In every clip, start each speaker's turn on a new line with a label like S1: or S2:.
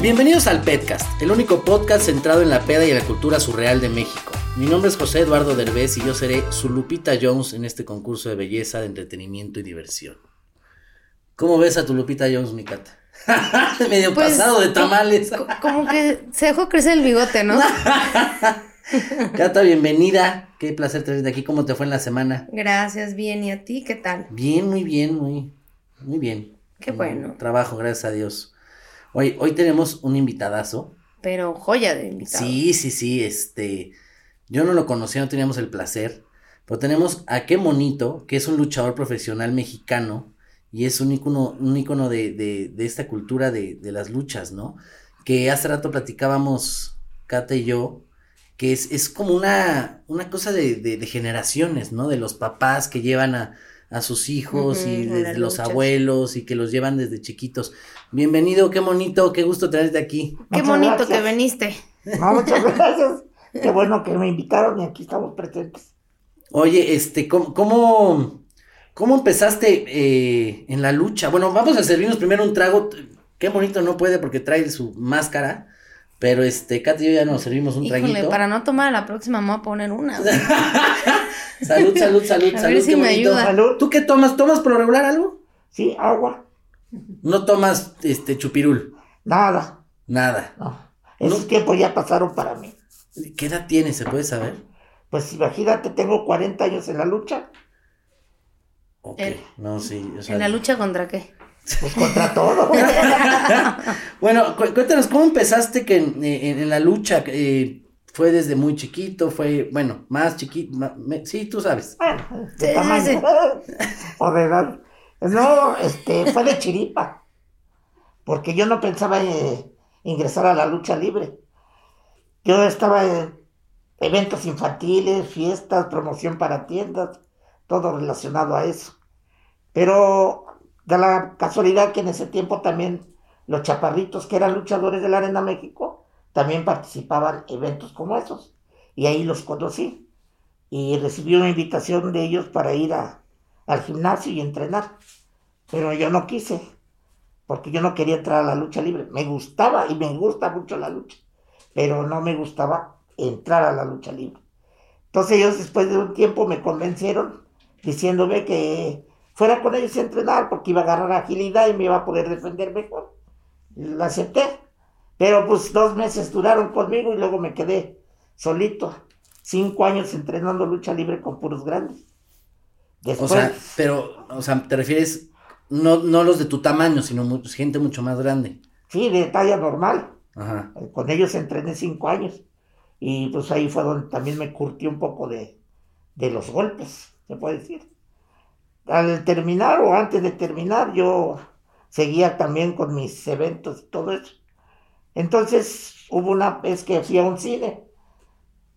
S1: Bienvenidos al Petcast, el único podcast centrado en la peda y la cultura surreal de México. Mi nombre es José Eduardo Derbez y yo seré su Lupita Jones en este concurso de belleza, de entretenimiento y diversión. ¿Cómo ves a tu Lupita Jones, mi cata? Medio
S2: Pues,
S1: pasado de tamales.
S2: co- Como que se dejó crecer el bigote, ¿no?
S1: Cata, bienvenida. Qué placer tenerte aquí. ¿Cómo te fue en la semana?
S2: Gracias, bien. ¿Y a ti qué tal?
S1: Bien, muy bien, muy, muy bien.
S2: Qué bueno.
S1: Trabajo, gracias a Dios. Hoy, hoy tenemos un invitadazo.
S2: Pero joya de invitado.
S1: Sí, sí, sí, este, yo no lo conocía, no teníamos el placer, pero tenemos a qué monito, que es un luchador profesional mexicano y es un ícono, un ícono de, de- de esta cultura de, de las luchas, ¿no? Que hace rato platicábamos, Kate y yo, que es, es como una, una cosa de, de- de generaciones, ¿no? De los papás que llevan a, a sus hijos y
S2: Ujú, a
S1: desde
S2: las
S1: los
S2: luchas.
S1: abuelos y que los llevan desde chiquitos. Bienvenido, qué monito, qué gusto tenerte aquí.
S2: Qué
S3: Muchas
S2: bonito
S3: gracias.
S2: que viniste.
S3: No, muchas gracias. Qué bueno que me invitaron y aquí estamos presentes.
S1: Oye, este, ¿cómo, cómo, cómo empezaste eh, en la lucha? Bueno, vamos a servirnos primero un trago. Qué bonito no puede porque trae su máscara. Pero este, Katy y yo ya nos servimos un
S2: Híjole,
S1: traguito.
S2: para no tomar a la próxima me voy a poner una.
S1: Salud, salud, salud,
S2: A
S1: salud,
S2: ver si
S1: qué
S2: me
S1: bonito.
S2: ayuda.
S3: Salud.
S1: ¿Tú qué tomas? ¿Tomas por lo regular algo?
S3: Sí, agua,
S1: No tomas este chupirul,
S3: nada.
S1: nada.
S3: No. Esos tiempos ya pasaron para mí.
S1: ¿Qué edad tienes? ¿Se puede saber?
S3: Pues imagínate, tengo 40 años en la lucha,
S1: Ok,
S2: El-
S1: no, sí. o sea,
S2: Eh, ¿En la lucha contra qué?
S3: pues contra todo.
S1: Bueno, cu- cuéntanos, ¿cómo empezaste que en, en- en la lucha? Eh, ¿Fue desde muy chiquito? ¿Fue, bueno, más chiquito? ma- me- sí, tú sabes.
S3: Pues, Bueno, de
S2: Sí, sí,
S3: tamaño.
S2: sí.
S3: o de edad. No, este, fue de chiripa. Porque yo no pensaba eh, ingresar a la lucha libre. Yo estaba en eventos infantiles, fiestas, promoción para tiendas, todo relacionado a eso. Pero da la casualidad que en ese tiempo también los chaparritos que eran luchadores de la Arena México también participaban en eventos como esos. Y ahí los conocí y recibí una invitación de ellos para ir a- al gimnasio y entrenar. Pero yo no quise, porque yo no quería entrar a la lucha libre. Me gustaba y me gusta mucho la lucha, pero no me gustaba entrar a la lucha libre. Entonces ellos después de un tiempo me convencieron diciéndome que fuera con ellos a entrenar porque iba a agarrar agilidad y me iba a poder defender mejor. Lo acepté, pero pues dos meses duraron conmigo y luego me quedé solito. Cinco años entrenando lucha libre con puros grandes.
S1: O
S3: Después,
S1: sea, pero, o sea, te refieres, no, no los de tu tamaño, sino mu- gente mucho más grande.
S3: sí, de talla normal.
S1: Ajá.
S3: Con ellos entrené cinco años. Y pues ahí fue donde también me curtí un poco de, de los golpes, se puede decir. Al terminar o antes de terminar, yo seguía también con mis eventos y todo eso. Entonces hubo una vez que fui a un cine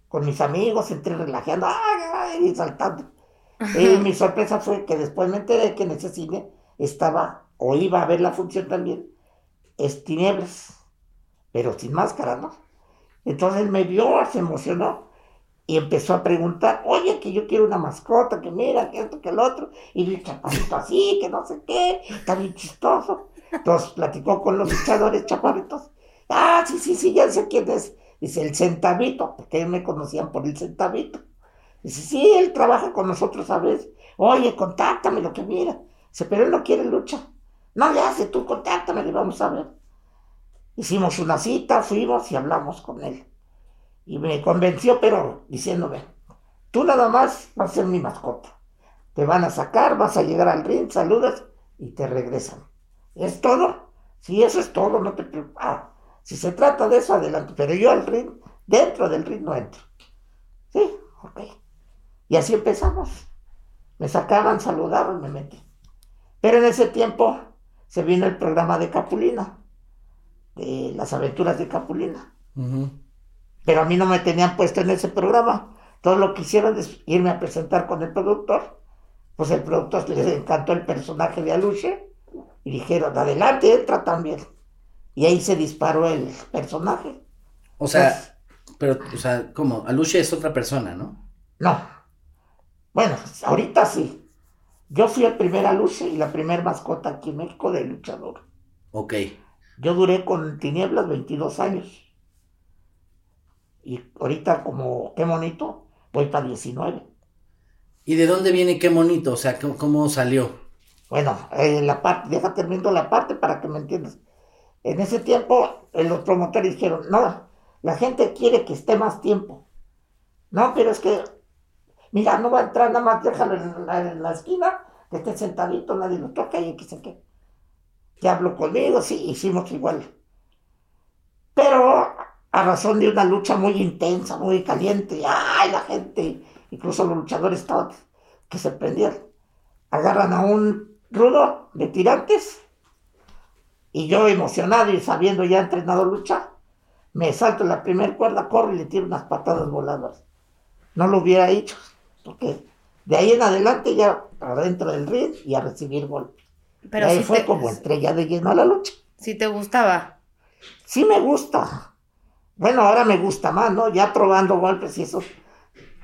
S3: con mis amigos, entré relajando ¡ay, ay! y saltando. Y mi sorpresa fue que después me enteré que en ese cine estaba o iba a ver la función también, es Tinieblas pero sin máscara, ¿no? Entonces él me vio, se emocionó y empezó a preguntar, oye, que yo quiero una mascota, que mira, que esto, que el otro, y mi chaparrito así, que no sé qué, está bien chistoso. Entonces platicó con los luchadores chaparritos, ah, sí, sí, sí, ya sé quién es. Dice, el centavito, porque ellos me conocían por el centavito. Dice, sí, él trabaja con nosotros a veces. Oye, contáctame lo que mira. Dice, pero él no quiere lucha. No le hace, tú contáctame y vamos a ver. Hicimos una cita, fuimos y hablamos con él. Y me convenció, pero diciéndome, tú nada más vas a ser mi mascota. Te van a sacar, vas a llegar al ring, saludas y te regresan. ¿Es todo? Si eso es todo, no te preocupes. Ah, si se trata de eso, adelante. Pero yo al ring, dentro del ring no entro. Sí, ok. Y así empezamos. Me sacaban, saludaban, me metí. Pero en ese tiempo se vino el programa de Capulina, de las aventuras de Capulina.
S1: Ujú.
S3: Pero a mí no me tenían puesto en ese programa. Todo lo que hicieron es irme a presentar con el productor. Pues el productor les encantó el personaje de Aluche y dijeron, adelante, entra también. Y ahí se disparó el personaje.
S1: O sea, pero, o sea, ¿cómo? Aluche es otra persona, ¿no?
S3: No. Bueno, ahorita sí. Yo fui el primer Aluche y la primer mascota aquí en México de luchador.
S1: Ok.
S3: Yo duré con Tinieblas 22 años. Y ahorita como, qué bonito, voy para 19.
S1: ¿Y de dónde viene qué monito? O sea, ¿cómo, cómo salió?
S3: Bueno, eh, la parte, deja termino la parte para que me entiendas. En ese tiempo, eh, los promotores dijeron, no, la gente quiere que esté más tiempo. No, pero es que, mira, no va a entrar, nada más déjalo en la, en la esquina, que esté sentadito, nadie lo toca y que sé qué. Ya habló conmigo, sí, hicimos igual. Pero a razón de una lucha muy intensa, muy caliente, ay, la gente, incluso los luchadores estaban que se prendían agarran a un rudo de tirantes y yo emocionado y sabiendo ya entrenado lucha, me salto en la primera cuerda, corro y le tiro unas patadas voladas. No lo hubiera hecho, porque de ahí en adelante ya adentro del ring y a recibir golpes.
S2: Pero
S3: y ahí
S2: sí
S3: fue
S2: te,
S3: como entré ya de lleno a la lucha.
S2: sí te gustaba.
S3: Sí me gusta. Bueno, ahora me gusta más, ¿no? Ya probando golpes y eso se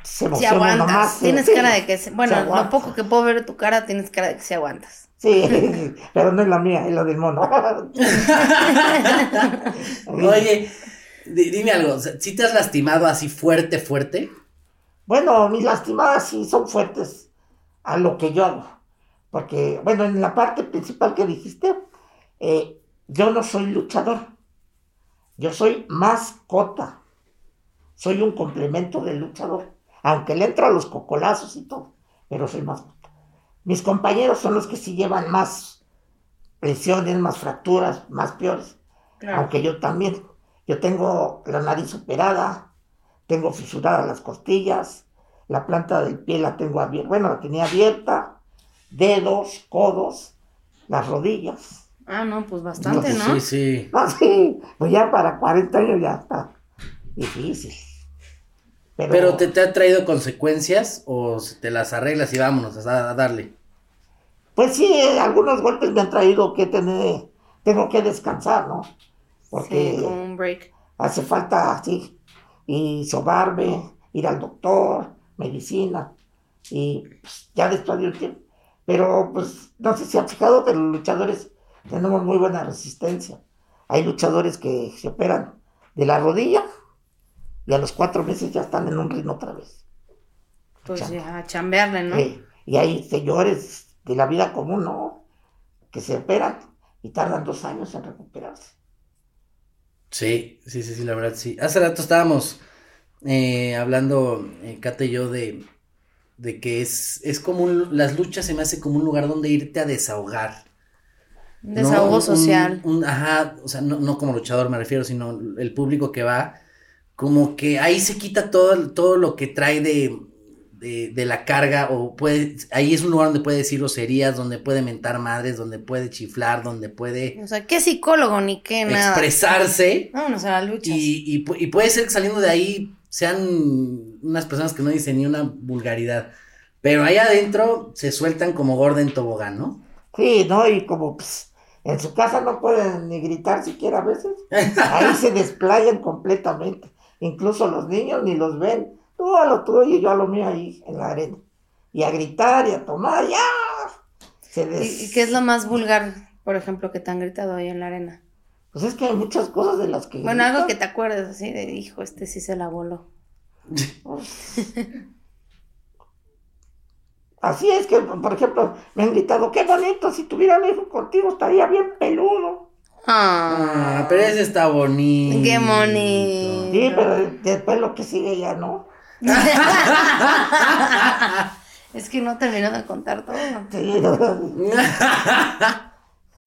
S2: Si
S3: emociona uno
S2: aguantas.
S3: más.
S2: tienes
S3: Sí,
S2: cara de que. se-
S3: se
S2: Bueno,
S3: aguanta.
S2: lo poco que puedo ver de tu cara, tienes cara de que sí aguantas.
S3: Sí, pero no es la mía, es la del mono.
S1: Oye, di- dime algo, ¿si te has lastimado así fuerte, fuerte?
S3: Bueno, mis lastimadas sí son fuertes a lo que yo hago. Porque, bueno, en la parte principal que dijiste, eh, yo no soy luchador. Yo soy mascota. Soy un complemento del luchador. Aunque le entro a los cocolazos y todo, pero soy mascota. Mis compañeros son los que sí llevan más lesiones, más fracturas, más peores.
S2: Claro.
S3: Aunque yo también. Yo tengo la nariz operada, tengo fisuradas las costillas, la planta del pie la tengo abierta, bueno, la tenía abierta, dedos, codos, las rodillas.
S2: Ah, no, pues bastante,
S1: Pues
S2: ¿no?
S1: Sí, sí.
S3: No, sí, pues ya para 40 años ya está difícil. Pero,
S1: ¿Pero te, te ha traído consecuencias o se te las arreglas y vámonos a, a darle?
S3: pues sí, algunos golpes me han traído que tener, tengo que descansar, ¿no? Porque
S2: Sí, como un break.
S3: hace falta así, y sobarme, ir al doctor, medicina, y pues, ya después de un tiempo. Pero pues no sé si han fijado, pero los luchadores tenemos muy buena resistencia. Hay luchadores que se operan de la rodilla y a los cuatro meses ya están en un ritmo otra vez.
S2: Pues
S3: Chamba.
S2: ya, a chambearle, ¿no?
S3: Eh, y hay señores de la vida común, ¿no? Que se operan y tardan dos años en recuperarse.
S1: Sí, sí, sí, sí, la verdad, sí. Hace rato estábamos eh, hablando, eh, Kate y yo, de, de que es, es como un- las luchas se me hace como un lugar donde irte a desahogar.
S2: Un
S1: ¿no?
S2: Desahogo
S1: Un-
S2: social.
S1: un- ajá, o sea, no, no como luchador me refiero, sino el público que va, como que ahí se quita todo, todo lo que trae de, de, de la carga, o puede, ahí es un lugar donde puede decir groserías, donde puede mentar madres, donde puede chiflar, donde puede
S2: O sea, ¿qué psicólogo ni qué nada?
S1: expresarse.
S2: Vámonos a la lucha.
S1: Y, y pu- y puede ser que saliendo de ahí sean unas personas que no dicen ni una vulgaridad. Pero ahí adentro se sueltan como gorda en tobogán, ¿no?
S3: Sí, ¿no? Y como pues, en su casa no pueden ni gritar siquiera a veces, ahí se desplayan completamente. Incluso los niños ni los ven. Tú a lo tuyo y yo a lo mío ahí en la arena. Y a gritar y a tomar, ya. Se des...
S2: ¿Y, y qué es lo más vulgar, por ejemplo, que te han gritado ahí en la arena?
S3: Pues es que hay muchas cosas de las que...
S2: Bueno, algo que
S3: gritan.
S2: te acuerdes así de, hijo, este sí se la voló.
S3: Así es que, por ejemplo, me han gritado, qué bonito, si tuviera un hijo contigo estaría bien peludo.
S2: Ah,
S1: Ah, pero ese está bonito.
S2: Qué bonito.
S3: Sí, pero después lo que sigue ya no.
S2: Es que no termino de contar todo.
S3: Sí.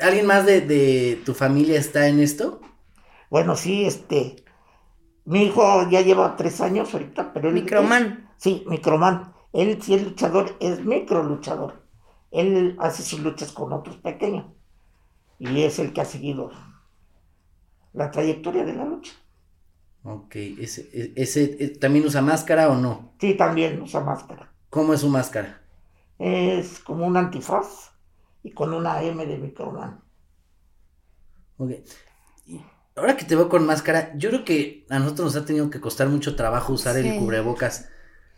S1: ¿Alguien más de, de tu familia está en esto?
S3: Bueno, sí, este. Mi hijo ya lleva tres años ahorita, pero él.
S2: Microman.
S3: sí, Microman. Él sí es luchador, es micro luchador. Él hace sus luchas con otros pequeños. Y es el que ha seguido la trayectoria de la lucha.
S1: Ok, ese, e- ese eh, también usa máscara o no?
S3: Sí, también usa máscara.
S1: ¿Cómo es su máscara?
S3: Es como un antifaz y con una M de Microman.
S1: Ok. Y Ahora que te veo con máscara, yo creo que a nosotros nos ha tenido que costar mucho trabajo usar el
S2: Sí.
S1: cubrebocas.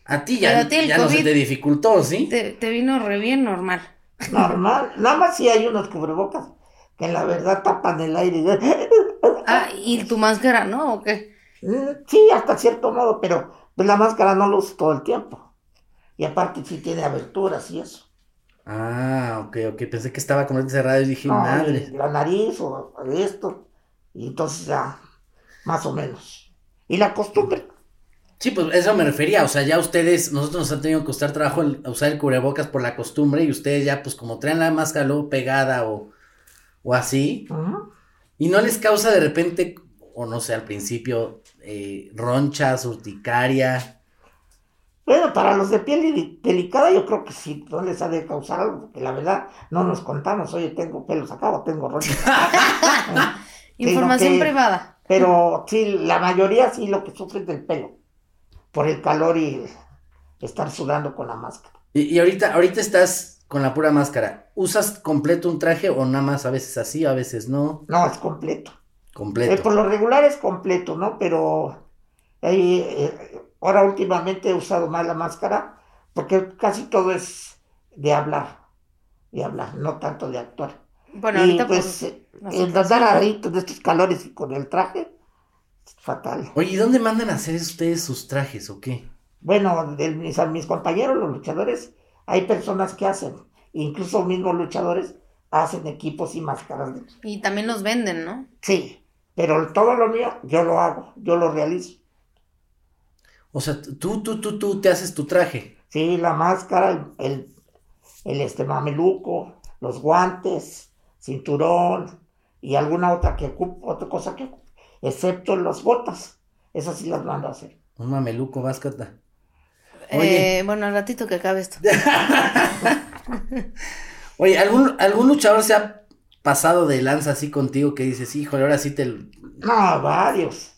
S1: A ti
S2: Pero
S1: ya,
S2: a ti el
S1: ya no se
S2: COVID-
S1: te dificultó, ¿sí?
S2: Te, te vino re bien normal.
S3: Normal. Nada más si hay unos cubrebocas que la verdad tapan el aire.
S2: Ah, y tu máscara, ¿no? ¿O qué?
S3: Mm, Sí, hasta cierto modo, pero pues, la máscara no lo uso todo el tiempo. Y aparte sí tiene aberturas y eso.
S1: Ah, ok, ok. Pensé que estaba completamente cerrado y dije,
S3: No,
S1: madre.
S3: La nariz o esto. Y entonces ya, más o menos. Y la costumbre.
S1: Sí, pues eso me refería, o sea, ya ustedes, nosotros nos han tenido que costar trabajo el- usar el cubrebocas por la costumbre y ustedes ya pues como traen la máscara luego pegada o, o así,
S3: Ujú.
S1: y no les causa de repente, o no sé, al principio, eh, ronchas, urticaria,
S3: Bueno, para los de piel deli- delicada yo creo que sí, no les ha de causar algo, porque la verdad no nos contamos, oye, tengo pelos acá o tengo rollos. Digo
S2: Información
S3: que-
S2: privada.
S3: Pero sí, la mayoría sí lo que sufre es del pelo, por el calor y el estar sudando con la máscara.
S1: y, y ahorita, ahorita estás con la pura máscara, ¿usas completo un traje o nada más a veces así, a veces no?
S3: No, es completo. Eh, por
S1: Completo.
S3: lo regular es completo, ¿no? Pero ahí, eh, ahora últimamente he usado más la máscara porque casi todo es de hablar, de hablar, no tanto de actuar.
S2: Bueno,
S3: y
S2: ahorita
S3: pues
S2: pues.
S3: eh,
S2: no
S3: el andar ahí con estos calores y con el traje, es fatal.
S1: Oye, ¿y dónde mandan a hacer ustedes sus trajes o qué?
S3: Bueno, de mis, a mis compañeros, los luchadores, hay personas que hacen, incluso mismos luchadores hacen equipos y máscaras. de-
S2: Y también los venden, ¿no?
S3: Sí, pero todo lo mío yo lo hago, yo lo realizo.
S1: O sea, tú, tú, tú, tú te haces tu traje.
S3: Sí, la máscara, el, el, el, este mameluco, los guantes, cinturón y alguna otra que ocupo, otra cosa que ocupo, excepto las botas. Esas sí las mando a hacer.
S1: Un mameluco, Vázcata. Oye.
S2: Eh, bueno, al ratito que acabe esto.
S1: Oye, ¿algún, algún luchador se ha pasado de lanza así contigo que dices, híjole, ahora sí te...
S3: No, varios,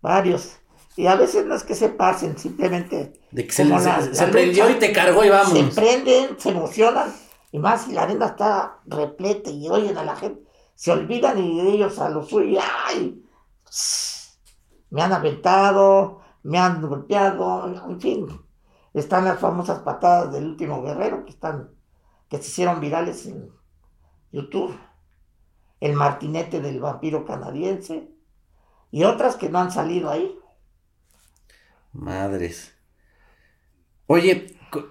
S3: varios. Y a veces no es que se pasen, simplemente
S1: De que se,
S3: Como
S1: se-
S3: la-
S1: se
S3: la lucha.
S1: prendió y te cargó y
S3: se
S1: vamos.
S3: prenden, se emocionan. Y más si la arena está repleta y oyen a la gente, se olvidan y ellos a lo suyo, ¡ay! Me han aventado, me han golpeado, en fin. Están las famosas patadas del último guerrero que están, que se hicieron virales en YouTube. El martinete del vampiro canadiense. Y otras que no han salido ahí.
S1: Madres. Oye, co-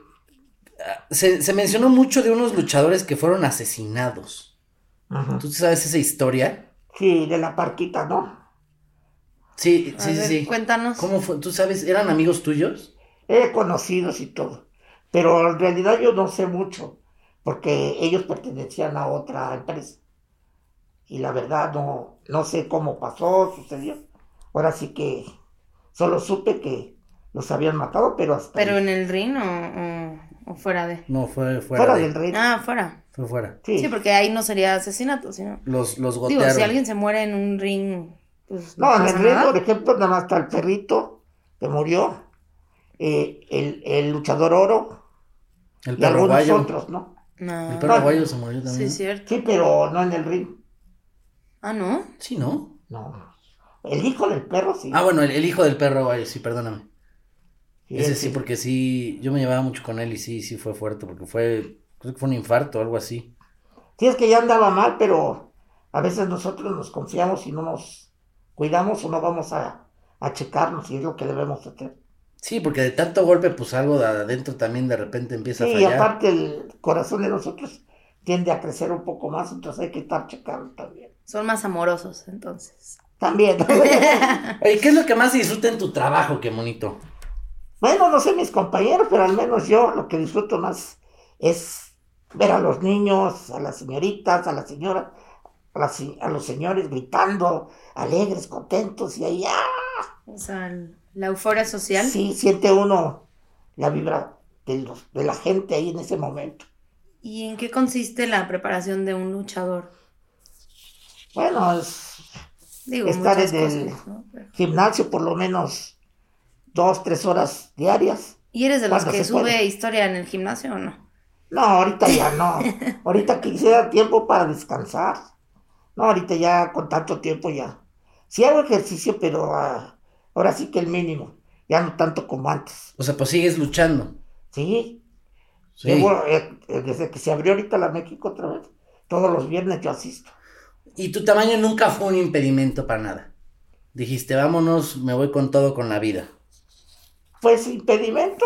S1: ah, se, se mencionó mucho de unos luchadores que fueron asesinados. ¿Tú sabes esa historia?
S3: Sí, de la parquita, ¿no?
S1: Sí,
S2: A
S1: sí, sí,
S2: ver,
S1: sí.
S2: Cuéntanos.
S1: ¿Cómo fue? ¿Tú sabes? ¿Eran amigos tuyos?
S3: he conocidos y todo. Pero en realidad yo no sé mucho, porque ellos pertenecían a otra empresa. Y la verdad no, no sé cómo pasó, sucedió. Ahora sí que solo supe que los habían matado, pero hasta
S2: ¿Pero
S3: ahí.
S2: en el ring o, o- o fuera de?
S1: No, fue fuera.
S3: fuera
S1: de-
S3: del rey.
S2: Ah, fuera.
S1: Fue fuera.
S3: sí.
S2: Sí, porque ahí no sería asesinato, sino...
S1: Los, los
S2: Digo,
S1: gotearon.
S2: si alguien se muere en un ring, pues
S3: No, en
S2: pasa
S3: el rey,
S2: nada.
S3: por ejemplo, nada más está el perrito que murió, eh, el, el luchador oro
S1: El
S3: y algunos
S1: paraguayo.
S3: otros, Ah. ¿no?
S2: No.
S1: El paraguayo se murió
S2: Sí,
S1: también.
S2: es cierto.
S3: Sí, pero no en el ring.
S2: Ah, ¿no?
S1: Sí, ¿no?
S3: No. El hijo del perro sí.
S1: Ah, bueno, el, el hijo del perro, vaya, sí, perdóname.
S3: Sí,
S1: Ese
S3: él
S1: sí, porque sí, yo me llevaba mucho con él y sí, sí fue fuerte, porque fue, creo que fue un infarto o algo así.
S3: Sí, es que ya andaba mal, pero a veces nosotros nos confiamos y no nos cuidamos o no vamos a, a checarnos y es lo que debemos hacer.
S1: Sí, porque de tanto golpe, pues algo de adentro también de repente empieza
S3: Sí,
S1: a
S3: y
S1: fallar.
S3: aparte el corazón de nosotros tiende a crecer un poco más, entonces hay que estar checando también.
S2: Son más amorosos, entonces.
S3: También.
S1: Oye, ¿qué es lo que más se disfruta en tu trabajo, qué bonito?
S3: Bueno, no sé mis compañeros, pero al menos yo lo que disfruto más es ver a los niños, a las señoritas, a las señoras, a, las se- a los señores gritando, alegres, contentos y ahí, ¡ah!
S2: O sea, el- la euforia social.
S3: Sí, siente uno la vibra de, los- de la gente ahí en ese momento.
S2: ¿Y en qué consiste la preparación de un luchador?
S3: Bueno, es
S2: Digo,
S3: Estar
S2: muchas
S3: en
S2: cosas,
S3: el-
S2: ¿no? Pero-
S3: gimnasio por lo menos dos, tres horas diarias.
S2: ¿Y eres de los
S3: Cuando
S2: que
S3: se
S2: sube
S3: puede.
S2: historia en el gimnasio o no?
S3: No, ahorita ya no. Ahorita quisiera tiempo para descansar. No, ahorita ya con tanto tiempo ya. Sí hago ejercicio, pero ah, ahora sí que el mínimo. Ya no tanto como antes.
S1: O sea, pues sigues luchando.
S3: Sí.
S1: Sí.
S3: Llevo, eh, eh, desde que se abrió ahorita la México otra vez, todos los viernes yo asisto.
S1: Y tu tamaño nunca fue un impedimento para nada. Dijiste, vámonos, me voy con todo con la vida.
S3: Pues impedimento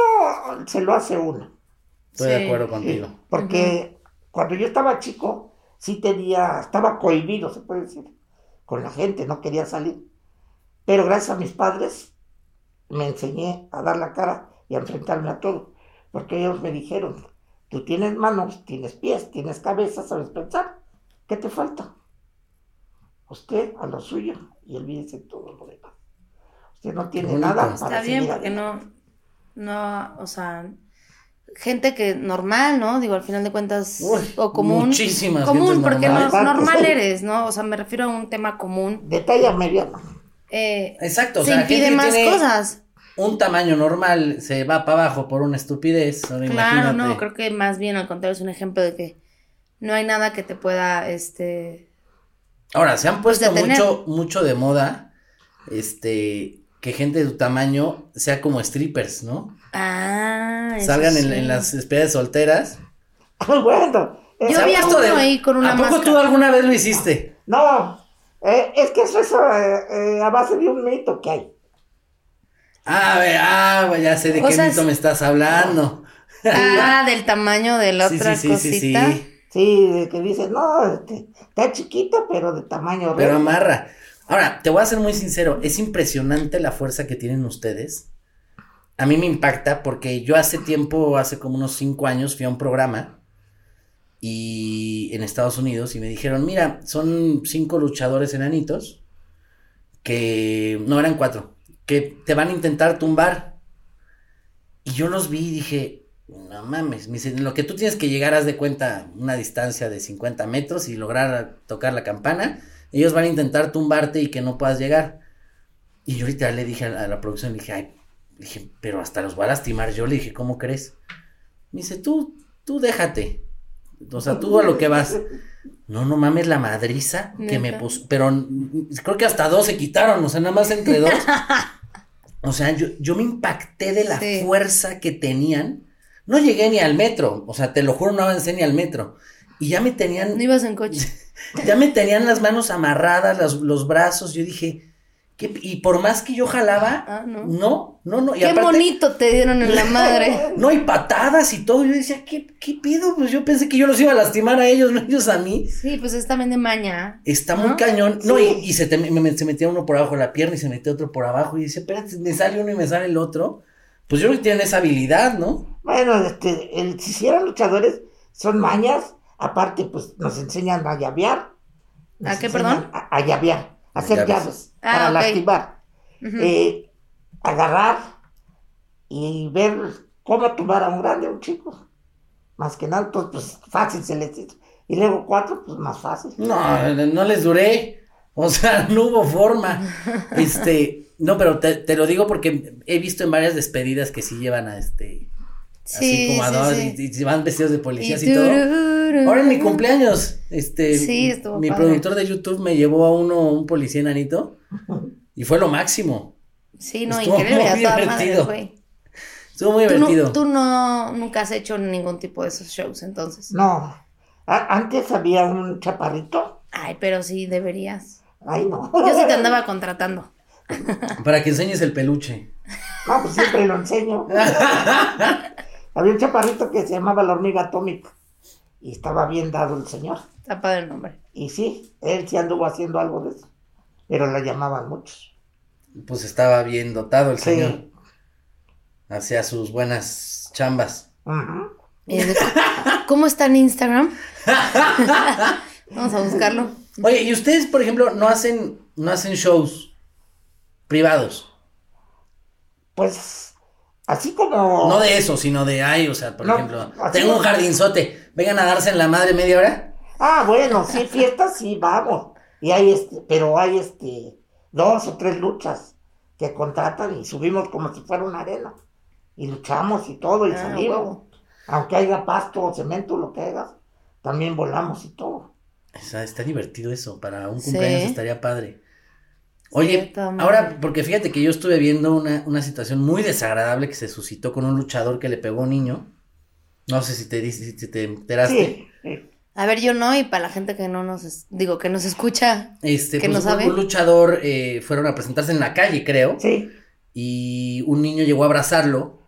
S3: se lo hace uno.
S1: Estoy
S2: Sí.
S1: de acuerdo contigo.
S3: Sí, porque cuando yo estaba chico, sí tenía, estaba cohibido, se puede decir, con la gente, no quería salir. Pero gracias a mis padres me enseñé a dar la cara y a enfrentarme a todo, porque ellos me dijeron, tú tienes manos, tienes pies, tienes cabeza, sabes pensar, ¿qué te falta? Usted a lo suyo y olvídese de todo lo demás. Usted no tiene
S1: bonito.
S3: nada
S1: Está
S3: para
S2: Está bien,
S3: seguir
S2: porque
S3: adelante".
S2: no, no, o sea, gente que normal, ¿no? Digo, al final de cuentas,
S1: Uy,
S2: o común.
S1: muchísimas
S2: Común,
S1: gentes
S2: porque no,
S3: normales.
S2: normal eres, ¿no? O sea, me refiero a un tema común.
S3: De talla mediana.
S2: Eh,
S1: Exacto, o
S2: se
S1: sea, la gente
S2: impiden
S1: que
S2: más
S1: tiene
S2: cosas.
S1: Un tamaño normal se va para abajo por una estupidez. Ahora
S2: Claro,
S1: imagínate.
S2: no, creo que más bien al contrario es un ejemplo de que no hay nada que te pueda, este,
S1: Ahora, se han puesto
S2: detener.
S1: mucho, mucho de moda este, que gente de tu tamaño sea como strippers, ¿no?
S2: Ah, eso
S1: Salgan en,
S2: sí.
S1: en las despedidas solteras.
S3: bueno,
S2: Yo
S3: esa-
S2: vi a
S1: Esto
S2: uno ahí con una
S1: ¿A poco
S2: máscara.
S1: tú alguna vez lo hiciste?
S3: No, eh, es que eso es eh, eh, a base de un mito que hay.
S1: Ah, a ver, ah, güey, ya sé de
S2: O
S1: qué
S2: sea,
S1: mito
S2: es-
S1: me estás hablando.
S2: Ah, del tamaño de la otra cosita.
S3: Sí, de que dicen, no, este, está chiquita, pero de tamaño
S1: Pero
S3: real.
S1: amarra. Ahora, te voy a ser muy sincero, es impresionante la fuerza que tienen ustedes. A mí me impacta porque yo hace tiempo, hace como unos cinco años, fui a un programa y en Estados Unidos y me dijeron, mira, son cinco luchadores enanitos que no eran cuatro, que te van a intentar tumbar. Y yo los vi y dije, no mames, me dicen, lo que tú tienes que llegar, haz de cuenta una distancia de 50 metros y lograr tocar la campana. Ellos van a intentar tumbarte y que no puedas llegar. Y yo ahorita le dije a la, a la producción, le dije, ay, le dije, pero hasta los va a lastimar yo. Le dije, ¿cómo crees? Me dice, tú, tú déjate. O sea, tú a lo que vas. No, no mames la madriza que me
S2: Neta.
S1: puso. Pero mm, creo que hasta dos se quitaron, o sea, nada más entre dos. O sea, yo, yo me impacté de la
S2: Sí.
S1: fuerza que tenían. No llegué ni al metro, o sea, te lo juro, no avancé ni al metro. Y ya me tenían
S2: No ibas en coche.
S1: ya me tenían las manos amarradas, las- los brazos. Yo dije, ¿qué? y por más que yo jalaba,
S2: Ah, no.
S1: no, no, no. Y
S2: Qué
S1: aparte,
S2: bonito te dieron en la madre.
S1: No, y patadas y todo. Yo decía, ¿qué, ¿qué pedo? Pues yo pensé que yo los iba a lastimar a ellos, no ellos a mí.
S2: Sí, pues es también de maña.
S1: Está muy
S2: ¿No?
S1: cañón. No,
S3: Sí.
S1: y, y se, te- me- me- se metía uno por abajo de la pierna y se metía otro por abajo. Y dice, espérate, me sale uno y me sale el otro. pues yo creo que tienen esa habilidad, ¿no?
S3: Bueno, este, el- si hicieran luchadores, son mañas. Aparte, pues nos enseñan a llavear. Nos
S2: ¿A qué,
S3: enseñan
S2: perdón?
S3: A, a llavear, a hacer
S1: Llaves.
S3: llaves
S2: Ah,
S3: para
S2: ok.
S3: lastimar.
S2: Ujú.
S3: Eh, agarrar y ver cómo tumbar a un grande, a un chico. Más que nada, pues, pues fácil se les hizo. Y luego cuatro, pues más fácil.
S1: No, no les duré. O sea, no hubo forma. Este, no, pero te, te lo digo porque he visto en varias despedidas que sí llevan a este. así
S2: Sí,
S1: como a
S2: sí,
S1: dos,
S2: sí.
S1: Y, y van vestidos de policías y, todo.
S2: tururú.
S1: Ahora en mi cumpleaños, este,
S2: Sí, estuvo
S1: mi
S2: padre.
S1: productor de YouTube me llevó a uno, un policía enanito, y fue lo máximo.
S2: Sí, no,
S1: Estuvo
S2: increíble,
S1: muy
S2: a toda madre,
S1: divertido.
S2: güey.
S1: Estuvo muy
S2: Tú,
S1: divertido.
S2: no, tú no, nunca has hecho ningún tipo de esos shows, entonces.
S3: No. A- antes había un chaparrito.
S2: Ay, pero sí, deberías.
S3: Ay, no.
S2: Yo sí te andaba contratando.
S1: Para que enseñes el peluche.
S3: No, pues siempre lo enseño. Había un chaparrito que se llamaba la hormiga atómica. Y estaba bien dado el señor.
S2: Está padre el nombre.
S3: Y sí, él sí anduvo haciendo algo de eso. Pero la llamaban muchos.
S1: Pues estaba bien dotado el
S3: Sí.
S1: señor. Hacía sus buenas chambas.
S3: Ujú.
S2: Eh, ¿Cómo está en Instagram? Vamos a buscarlo.
S1: Oye, ¿y ustedes, por ejemplo, no hacen, no hacen shows privados?
S3: Pues, así como.
S1: No de eso, sino de, ay, o sea, por
S3: No,
S1: ejemplo,
S3: así
S1: tengo
S3: no.
S1: un jardinzote, vengan a darse en la madre media hora.
S3: Ah, bueno, sí, fiestas sí, vamos. Y hay este, pero hay este, dos o tres luchas que contratan y subimos como si fuera una arena. Y luchamos y todo, y
S2: Ah,
S3: salimos.
S2: huevo.
S3: Aunque haya pasto o cemento, lo que hagas, también volamos y todo.
S1: O sea, está divertido eso, para un
S2: Sí.
S1: cumpleaños estaría padre. Oye,
S2: toda madre.
S1: ahora, porque fíjate que yo estuve viendo una, una situación muy desagradable que se suscitó con un luchador que le pegó a un niño. No sé si te, dis- si te enteraste.
S3: Sí, sí.
S2: A ver, yo no, y para la gente que no nos, es- digo, que nos escucha.
S1: Este,
S2: Que
S1: pues,
S2: no
S1: un-
S2: sabe.
S1: un luchador eh, fueron a presentarse en la calle, creo,
S3: sí.
S1: y un niño llegó a abrazarlo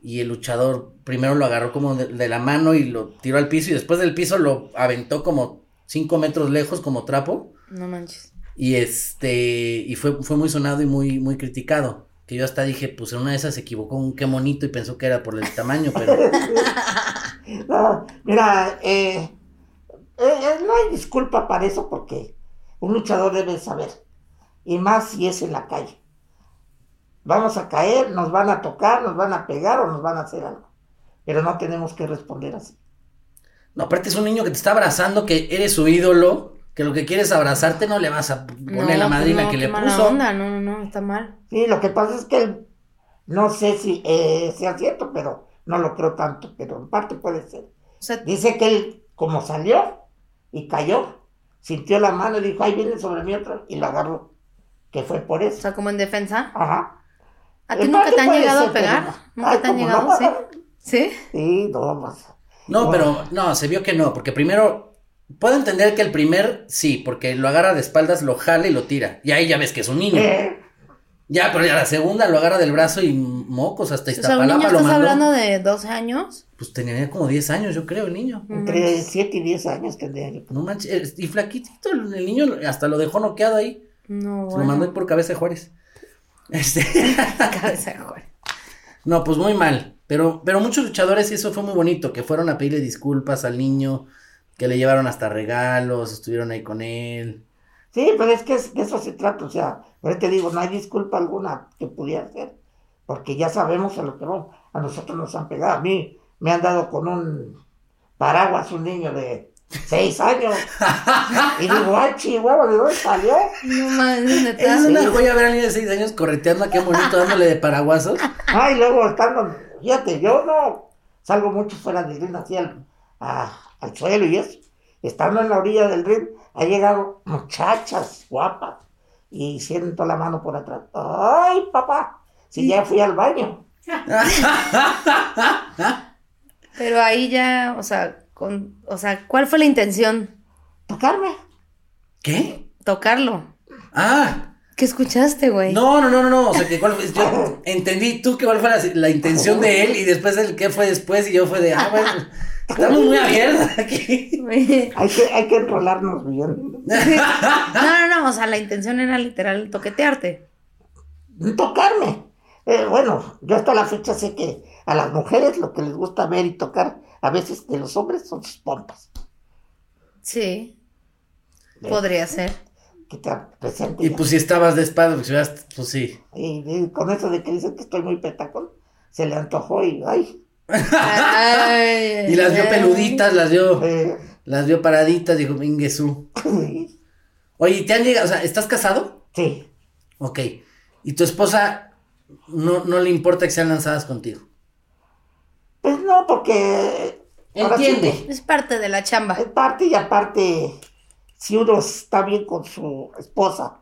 S1: y el luchador primero lo agarró como de, de la mano y lo tiró al piso y después del piso lo aventó como cinco metros lejos como trapo
S2: No manches.
S1: y este y fue, fue muy sonado y muy muy criticado que yo hasta dije pues en una de esas se equivocó un qué monito y pensó que era por el tamaño pero
S3: No, mira, eh, eh, eh, no hay disculpa para eso porque un luchador debe saber. Y más si es en la calle. Vamos a caer, nos van a tocar, nos van a pegar o nos van a hacer algo. Pero no tenemos que responder así.
S1: no aparte es un niño que te está abrazando que eres su ídolo que lo que quieres abrazarte no le vas a poner la
S2: No, pues
S1: madrina
S2: no,
S1: que
S2: qué
S1: le
S2: mala
S1: puso
S2: onda. No, no, no, está mal.
S3: Sí, lo que pasa es que no sé si eh, sea cierto, pero no lo creo tanto, pero en parte puede ser.
S2: O sea,
S3: Dice que él, como salió y cayó, sintió la mano y dijo, ahí viene sobre mí otra, y lo agarró. Que fue por
S2: o
S3: eso.
S2: sea, como en defensa.
S3: Ajá.
S2: ¿A ti
S3: En
S2: nunca
S3: parte
S2: te han
S3: puede
S2: llegado
S3: ser,
S2: a pegar?
S3: pero no.
S2: ¿Nunca
S3: Ay,
S2: te han
S3: ¿cómo
S2: llegado?
S3: no?
S2: ¿Sí? ¿Sí?
S3: Sí, no, pues,
S1: No, pero no, se vio que no, porque primero puedo entender que el primer sí, porque lo agarra de espaldas, lo jala y lo tira. Y ahí ya ves que es un niño.
S3: eh,
S1: Ya, pero ya la segunda lo agarra del brazo y mocos hasta
S2: O sea, un
S1: Iztapalapa
S2: niño,
S1: lo
S2: estás
S1: mandó.
S2: hablando de 12 años.
S1: Pues tenía como 10 años, yo creo, el niño.
S3: entre 7 y 10 años tendría yo.
S1: No manches, eh, y flaquitito el el niño, hasta lo dejó noqueado ahí.
S2: No,
S1: Se lo mandó ahí
S2: bueno.
S1: por cabeza de Juárez. Este,
S2: Cabeza de Juan.
S1: no, pues muy mal. Pero, pero muchos luchadores, y eso fue muy bonito, que fueron a pedirle disculpas al niño, que le llevaron hasta regalos, estuvieron ahí con él.
S3: Sí, pero es que es- de eso se trata, o sea, pero te digo, no hay disculpa alguna que pudiera ser, porque ya sabemos a lo que vamos. A nosotros nos han pegado, a mí me han dado con un paraguas un niño de 6 años. Y digo, ay, chihuahua, ¿de dónde salió?
S2: No mames, neta.
S1: Es una joya ver a alguien de 6 años correteando a qué bonito dándole de paraguaso.
S3: Ay, luego estando, fíjate, yo no salgo mucho fuera del ring, así al, a- al suelo y eso. Estando en la orilla del ring, ha llegado muchachas guapas y siento la mano por atrás. Ay, papá, si ya fui al baño.
S2: Pero ahí ya, o sea, con, o sea, ¿cuál fue la intención?
S3: Tocarme.
S1: ¿Qué?
S2: Tocarlo.
S1: Ah,
S2: ¿Qué escuchaste, güey?
S1: no, no, no, no, no. O sea, que cuál fue. Yo entendí tú que cuál fue la, la intención de él y después el qué fue después y yo fue de, ah, bueno, estamos muy abiertos aquí.
S2: Güey.
S3: Hay que, hay que enrolarnos bien.
S2: No, no, no, o sea, la intención era literal toquetearte.
S3: Tocarme. eh, bueno, yo hasta la fecha sé que a las mujeres lo que les gusta ver y tocar a veces de los hombres son sus pompas.
S2: Sí,
S3: Eh,
S2: podría ser.
S3: Que te presente.
S1: Y pues si estabas de espalda, pues, si hubieras- pues sí.
S3: Y, y con eso de que dicen que estoy muy petacón, se le antojó y, ay,
S2: Ay,
S1: Y las vio
S2: ay.
S1: peluditas, las vio,
S3: eh,
S1: las vio paraditas, dijo Minguesú. Oye, ¿y ¿te han llegado? O sea, ¿estás casado?
S3: sí,
S1: Ok. ¿Y tu esposa no, no le importa que sean lanzadas contigo?
S3: pues no, porque... ahora sí
S1: Entiende.
S3: que
S2: Es parte de la chamba.
S3: Es parte y aparte, si uno está bien con su esposa,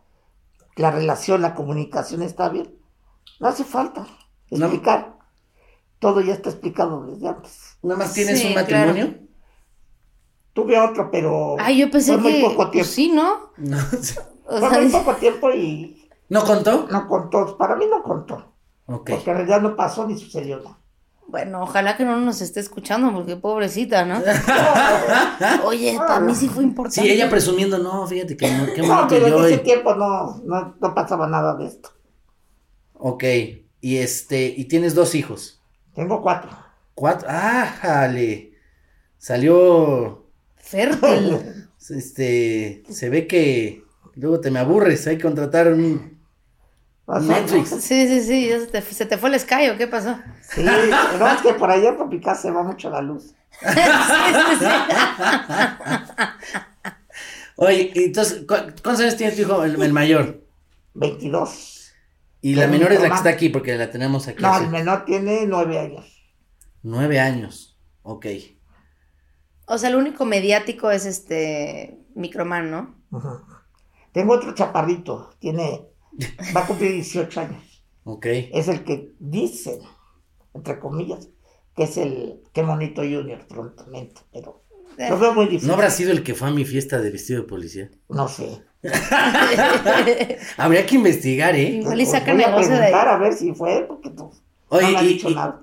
S3: la relación, la comunicación está bien, no hace falta
S1: No.
S3: explicar. Todo ya está explicado desde antes.
S1: Nada más tienes
S2: Sí,
S1: un matrimonio.
S3: Tuve otro, pero
S2: Ay, yo pensé
S3: fue muy
S2: que.
S3: poco
S2: pues
S3: tiempo.
S2: sí, ¿no?
S1: No, sí.
S2: O
S3: fue
S2: sea,
S3: muy poco tiempo y
S1: ¿No contó?
S3: no contó. Para mí no contó.
S1: Ok.
S3: Porque en realidad no pasó ni sucedió nada.
S2: bueno, ojalá que no nos esté escuchando, porque pobrecita, ¿no? Oye, para mí sí fue importante.
S1: Sí, ella presumiendo, no, fíjate que no, qué
S3: No,
S1: bonito
S3: pero en
S1: yo.
S3: ese
S1: y-
S3: tiempo no, no, no pasaba nada de esto.
S1: Ok. Y este, y tienes dos hijos.
S3: Tengo cuatro.
S1: Cuatro. ¡Ah, jale! Salió.
S2: Fértil.
S1: Este. Se ve que. Luego te me aburres. Hay que contratar un.
S3: Más o
S1: Netflix.
S3: menos.
S2: Sí, sí, sí. ya se, te, se te fue el sky o qué pasó.
S3: Sí, no, es que por allá en Tropicaz se va mucho la luz.
S2: sí, sí, sí.
S1: Oye, y entonces, ¿cu- ¿cuántos años tiene tu hijo? El, el mayor.
S3: 22.
S1: Y la
S3: Con
S1: menor es la que
S3: mamá.
S1: está aquí, porque la tenemos aquí.
S3: No,
S1: hace
S3: el menor tiene nueve años.
S1: Nueve años. Ok.
S2: O sea, el único mediático es este Microman, ¿no?
S3: Tengo otro chaparrito, tiene, va a cumplir 18 años.
S1: Ok.
S3: Es el que dicen, entre comillas, que es el que monito junior prontamente, pero
S2: Eh,
S3: lo veo muy difícil.
S1: ¿No
S3: No,
S1: habrá sido el que fue a mi fiesta de vestido de policía?
S3: sé.
S1: Habría que investigar, ¿eh?
S2: Igual y
S3: Pues
S2: saca
S3: voy a
S2: negocio de ahí.
S3: preguntar a ver si fue, porque no,
S1: Oye,
S3: no me ha
S1: y-
S3: dicho
S1: y-
S3: nada.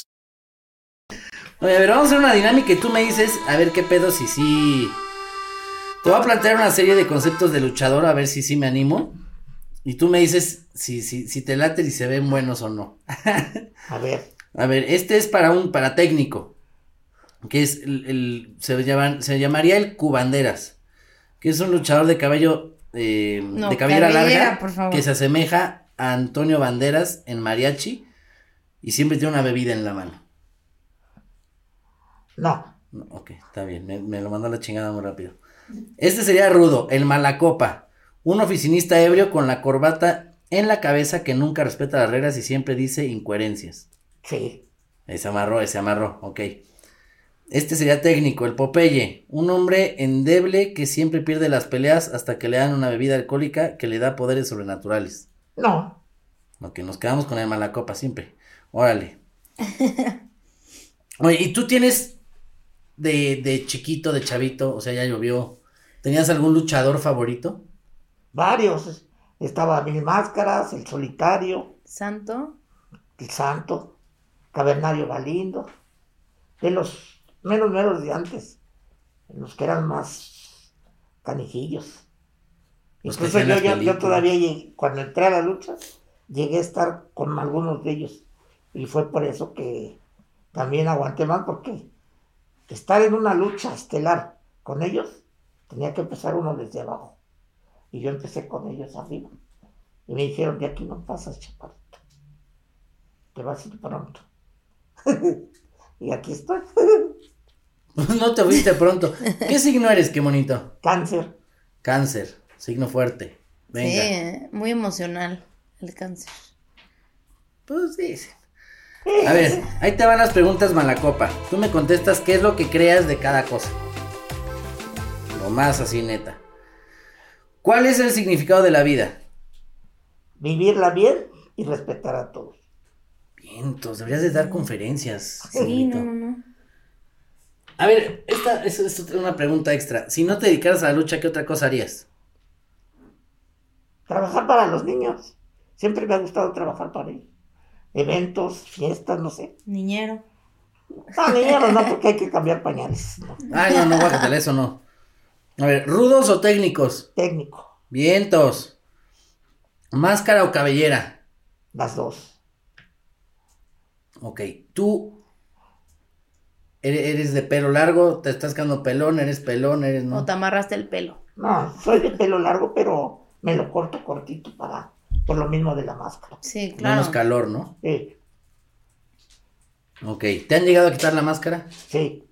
S1: Oye, a ver, vamos a hacer una dinámica y tú me dices, a ver qué pedo si sí. Te voy a plantear una serie de conceptos de luchador, a ver si sí me animo. Y tú me dices si, si, si te late y se ven buenos o no.
S3: A ver,
S1: A ver, este es para un para técnico. Que es el, el- se, llaman- se llamaría el Cubanderas. Que es un luchador de cabello. eh,
S2: No,
S1: de cabellera,
S2: cabellera,
S1: larga.
S2: por favor.
S1: Que se asemeja a Antonio Banderas en mariachi. Y siempre tiene una bebida en la mano.
S3: no,
S1: No, ok, está bien. Me, me lo mandó a la chingada muy rápido. Este sería Rudo, el Malacopa. Un oficinista ebrio con la corbata en la cabeza que nunca respeta las reglas y siempre dice incoherencias.
S3: sí.
S1: Ahí se amarró, ahí se amarró, ok. Este sería técnico, el Popeye, un hombre endeble que siempre pierde las peleas hasta que le dan una bebida alcohólica que le da poderes sobrenaturales.
S3: No,
S1: Lo que nos quedamos con el mala copa siempre. Órale. Oye, ¿y tú tienes de, de chiquito, de chavito, o sea, ya llovió, ¿tenías algún luchador favorito?
S3: varios. Estaba Mil Máscaras, El Solitario,
S2: Santo.
S3: El Santo, Cavernario Galindo, de los menos menos de antes, los que eran más canijillos.
S1: Los que
S3: Incluso
S1: hacían
S3: yo,
S1: las
S3: yo- yo
S1: películas.
S3: todavía, llegué- cuando entré a la lucha, llegué a estar con algunos de ellos. Y fue por eso que también aguanté más, porque estar en una lucha estelar con ellos, tenía que empezar uno desde abajo. Y yo empecé con ellos arriba. Y me dijeron, de aquí no pasas, chaparrito. Te vas a ir pronto. y aquí estoy.
S1: No te fuiste pronto. ¿Qué signo eres, qué bonito?
S3: Cáncer.
S1: Cáncer, signo fuerte.
S2: Sí,
S1: Venga.
S2: ¿eh? muy emocional el cáncer.
S1: Pues dicen. A ver, ahí te van las preguntas malacopa. Tú me contestas qué es lo que creas de cada cosa. Lo más así neta. ¿Cuál es el significado de la vida?
S3: Vivirla bien y respetar a todos.
S1: Vientos, deberías de dar conferencias.
S2: Sí,
S1: Silvito.
S2: no, no, no.
S1: A ver, esta es, es otra- una pregunta extra. Si no te dedicaras a la lucha, ¿qué otra cosa harías?
S3: Trabajar para los niños. Siempre me ha gustado trabajar para ellos. Eventos, fiestas, no sé.
S2: Niñero.
S3: No, niñeros no, porque hay que cambiar pañales. ¿no?
S1: Ay, no, no, bájatela, eso no. A ver, ¿rudos o técnicos?
S3: Técnico,
S1: Vientos. ¿Máscara o cabellera?
S3: las dos.
S1: Ok, tú ere- eres de pelo largo, te estás quedando pelón, eres pelón, eres no.
S2: O te amarraste el pelo.
S3: No, soy de pelo largo, pero me lo corto cortito para, por lo mismo de la máscara.
S2: Sí, claro.
S1: Menos calor, ¿no?
S3: Sí,
S1: Ok, ¿te han llegado a quitar la máscara?
S3: sí.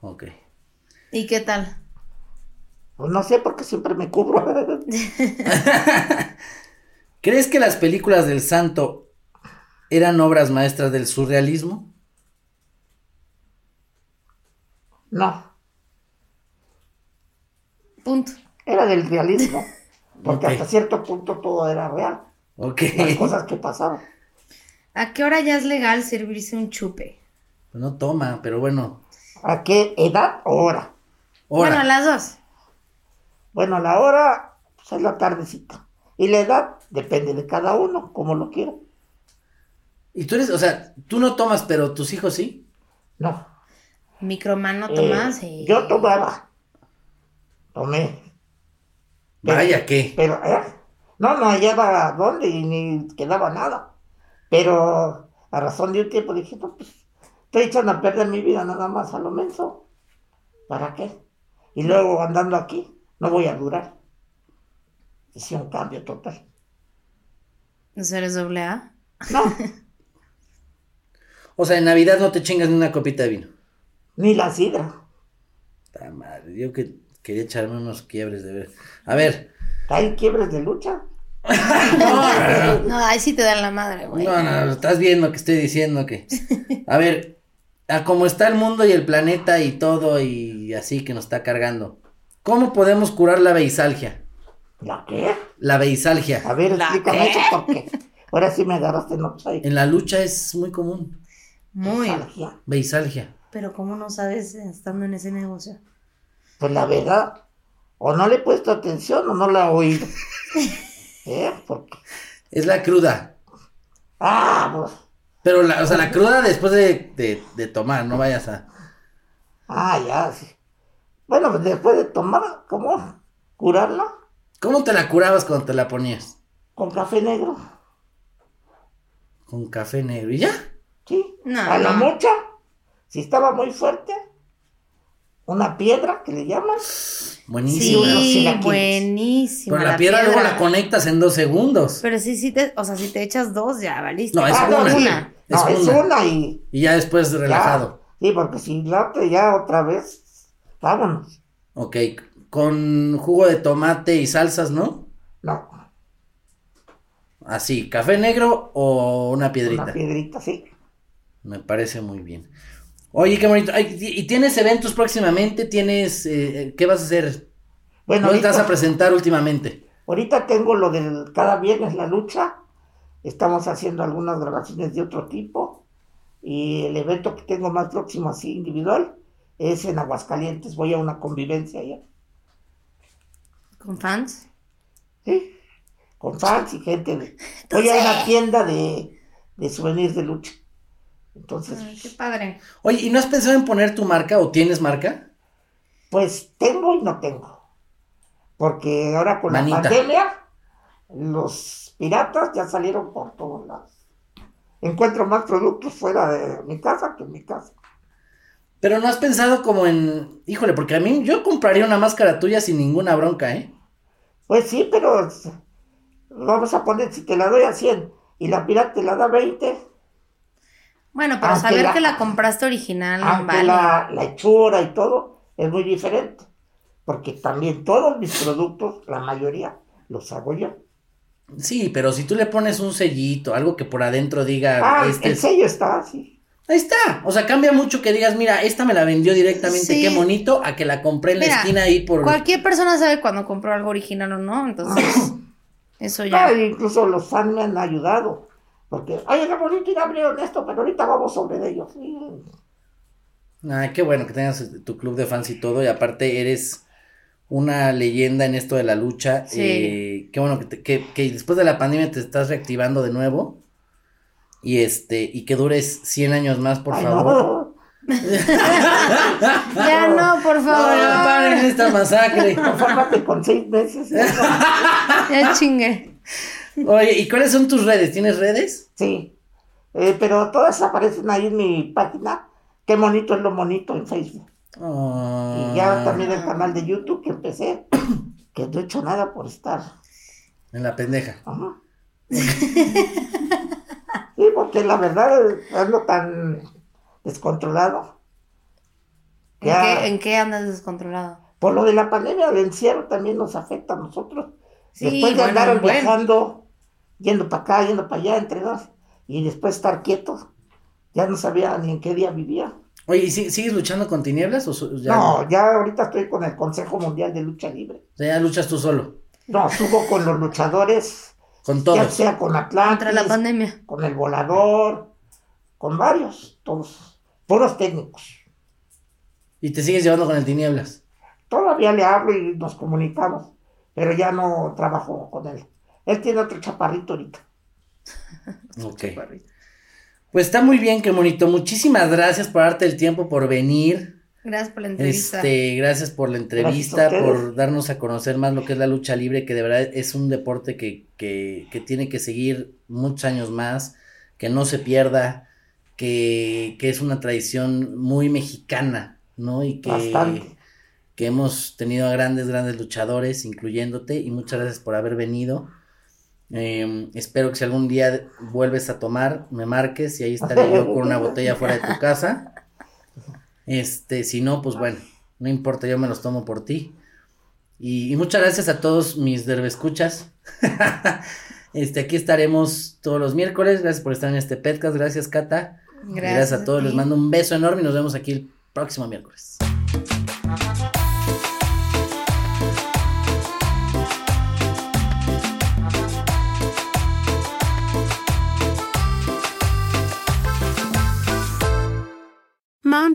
S1: Ok.
S2: ¿Y qué tal?
S3: Pues no sé porque siempre me cubro.
S1: ¿Crees que las películas del santo eran obras maestras del surrealismo?
S3: No,
S2: Punto.
S3: era del realismo. Porque
S1: Ok.
S3: hasta cierto punto todo era real.
S1: Ok.
S3: Las cosas que pasaban.
S2: ¿A qué hora ya es legal servirse un chupe?
S1: No toma, pero bueno.
S3: ¿A qué edad o hora?
S1: Ahora,
S2: Bueno, a las dos.
S3: Bueno, la hora pues, es la tardecita. Y la edad depende de cada uno, como lo quiera.
S1: y tú eres, o sea, tú no tomas, pero tus hijos sí.
S3: No.
S2: Micromano
S3: eh,
S2: Tomás. eh.
S3: Yo tomaba. Tomé. Pero-
S1: Vaya que.
S3: Pero, ¿eh? No, no hallaba dónde y ni quedaba nada. Pero a razón de un tiempo dije, no, pues estoy echando a perder mi vida nada más a lo menso. ¿Para qué? Y luego andando aquí, no voy a durar. Hice un cambio total.
S2: ¿No eres doble A?
S3: No,
S1: O sea, en Navidad no te chingas ni una copita de vino.
S3: ni la sidra.
S1: Ta madre, yo que quería echarme unos quiebres de ver. A ver.
S3: Hay quiebres de lucha.
S2: No, ahí sí te dan la madre, güey.
S1: No, no, no, estás viendo que estoy diciendo que. A ver, a cómo está el mundo y el planeta y todo y así que nos está cargando. ¿Cómo podemos curar la beisalgia?
S3: ¿La qué?
S1: La
S3: A
S1: beisalgia.
S3: ver, explícame eso porque ahora sí me agarraste no soy
S1: En la lucha es muy común.
S2: Muy.
S3: nostalgia.
S1: Beisalgia.
S2: Pero ¿cómo no sabes estando en ese negocio?
S3: Pues la verdad, o no le he puesto atención o no la he oído. ¿Eh? Porque
S1: Es la cruda.
S3: Ah, pues.
S1: Pero la, o sea, la cruda después de, de- de tomar, no vayas a.
S3: Ah, ya, sí. Bueno, pues después de tomar, ¿cómo? ¿Curarla?
S1: ¿Cómo te la curabas cuando te la ponías?
S3: Con café negro,
S1: Con café negro. ¿Y ya?
S3: ¿sí?
S2: No,
S3: A la
S2: no.
S3: mocha, si estaba muy fuerte, una piedra que le llaman.
S1: Buenísimo.
S3: bueno, sí
S2: Sí,
S3: la quieres.
S2: buenísima.
S1: Pero la, piedra, luego la conectas en dos segundos.
S2: Pero sí, sí te, o sea, si te echas dos, ya valiste.
S1: No, es
S3: Ah,
S1: una.
S3: sí.
S1: Es
S3: No, es
S1: una.
S3: una y.
S1: Y ya después
S3: ya.
S1: relajado.
S3: Sí, porque si la otra ya otra vez, vámonos.
S1: Ok, con jugo de tomate y salsas, ¿no?
S3: No,
S1: Así, café negro o una piedrita.
S3: una piedrita, sí.
S1: Me parece muy bien. Oye, qué bonito. Ay, ¿Y tienes eventos próximamente? ¿Tienes eh, eh, qué vas a hacer?
S3: Bueno,
S1: ¿Dónde te vas
S3: ahorita-
S1: a presentar últimamente?
S3: Ahorita tengo lo del cada viernes la lucha. Estamos haciendo algunas grabaciones de otro tipo. Y el evento que tengo más próximo así individual es en Aguascalientes. Voy a una convivencia allá.
S2: ¿Con fans?
S3: ¿Sí? Con fans y gente. de- Voy a una tienda de, de souvenirs de lucha.
S2: Ay, qué
S3: Entonces,
S2: padre.
S1: Oye, ¿y no has pensado en poner tu marca o tienes marca?
S3: pues tengo y no tengo. Porque ahora con
S1: Manita.
S3: la pandemia, los piratas ya salieron por todos lados. Encuentro más productos fuera de mi casa que en mi casa.
S1: Pero no has pensado como en, híjole, porque a mí yo compraría una máscara tuya sin ninguna bronca, ¿eh?
S3: Pues sí, pero s- Vamos a poner, si te la doy a 100 y la pirata te la da 20,
S2: Bueno, pero
S3: Aunque
S2: saber
S3: la-
S2: que la compraste
S1: Mm,
S2: original,
S3: aunque
S2: vale.
S3: la, la hechura y todo es muy diferente. Porque también todos mis productos, la mayoría, los hago yo.
S1: Sí, pero si tú le pones un sellito, algo que por adentro diga,
S3: Ah,
S1: este
S3: el
S1: es-
S3: sello está así.
S1: Ahí está. O sea, cambia mucho que digas, mira, esta me la vendió directamente,
S2: Sí.
S1: qué bonito, a que la compré en la
S2: Mira,
S1: esquina ahí por.
S2: Cualquier persona sabe cuando compró algo original o no,
S1: Ah.
S2: entonces eso ya.
S3: Ah, incluso los fans me han ayudado. Porque, ay, qué bonito y abrieron esto, pero ahorita vamos sobre ello. Sí.
S1: Ah, qué bueno que tengas tu club de fans y todo. Y aparte eres una leyenda en esto de la lucha.
S2: Sí.
S1: Eh, qué bueno que, te- que- que después de la pandemia te estás reactivando de nuevo. Y este, y que dures 100 años más, por
S3: Ay,
S1: favor.
S3: no.
S2: Ya no, por
S1: No,
S2: favor.
S1: ya paren esta masacre.
S3: Confórmate con seis meses. ¿eh?
S2: ya chingue.
S1: Oye, ¿y cuáles son tus redes? ¿Tienes redes?
S3: Sí. Eh, pero todas aparecen ahí en mi página. Qué bonito es lo bonito en Facebook.
S1: Ah,
S3: Y ya también el canal de YouTube que empecé, que no he hecho nada por estar.
S1: En la pendeja.
S3: Ajá. Sí, porque la verdad eh, ando tan descontrolado.
S2: ¿En
S3: Ya,
S2: qué, en qué andas descontrolado?
S3: Por lo de la pandemia, el encierro también nos afecta a nosotros.
S2: Sí,
S3: después de
S2: bueno,
S3: andar
S2: bueno.
S3: viajando, yendo para acá, yendo para allá, entre dos, y después estar quietos, ya no sabía ni en qué día vivía.
S1: Oye, ¿y si- sigues luchando con tinieblas o so- ya
S3: No, ya ahorita estoy con el Consejo Mundial de Lucha Libre.
S1: O sea, ya luchas tú solo,
S3: No, subo con los luchadores,
S1: con
S3: ya
S1: todos.
S3: sea con
S2: Contra la
S3: Atlantis,
S2: pandemia.
S3: con el volador, con varios, todos, puros técnicos.
S1: Y te sigues llevando con el tinieblas.
S3: Todavía le hablo y nos comunicamos, pero ya no trabajo con él. Él tiene otro chaparrito ahorita.
S1: Ok. Pues está muy bien, qué bonito. Muchísimas gracias por darte el tiempo, por venir.
S2: Gracias por la entrevista.
S1: Este, gracias por la entrevista,
S3: Gracias a ustedes.
S1: por darnos a conocer más lo que es la lucha libre, que de verdad es un deporte que, que, que tiene que seguir muchos años más, que no se pierda, que, que es una tradición muy mexicana, ¿no? Y que,
S3: Bastante.
S1: que hemos tenido a grandes, grandes luchadores, incluyéndote, y muchas gracias por haber venido. Eh, espero que si algún día vuelves a tomar, me marques y ahí estaré yo con una botella fuera de tu casa. Este, si no, pues bueno, no importa, yo me los tomo por ti. Y, y muchas gracias a todos mis derbescuchas. este, aquí estaremos todos los miércoles. Gracias por estar en este podcast. Gracias, Cata. Y Gracias, a todos.
S2: ti.
S1: Les mando un beso enorme y nos vemos aquí el próximo miércoles.
S4: Mom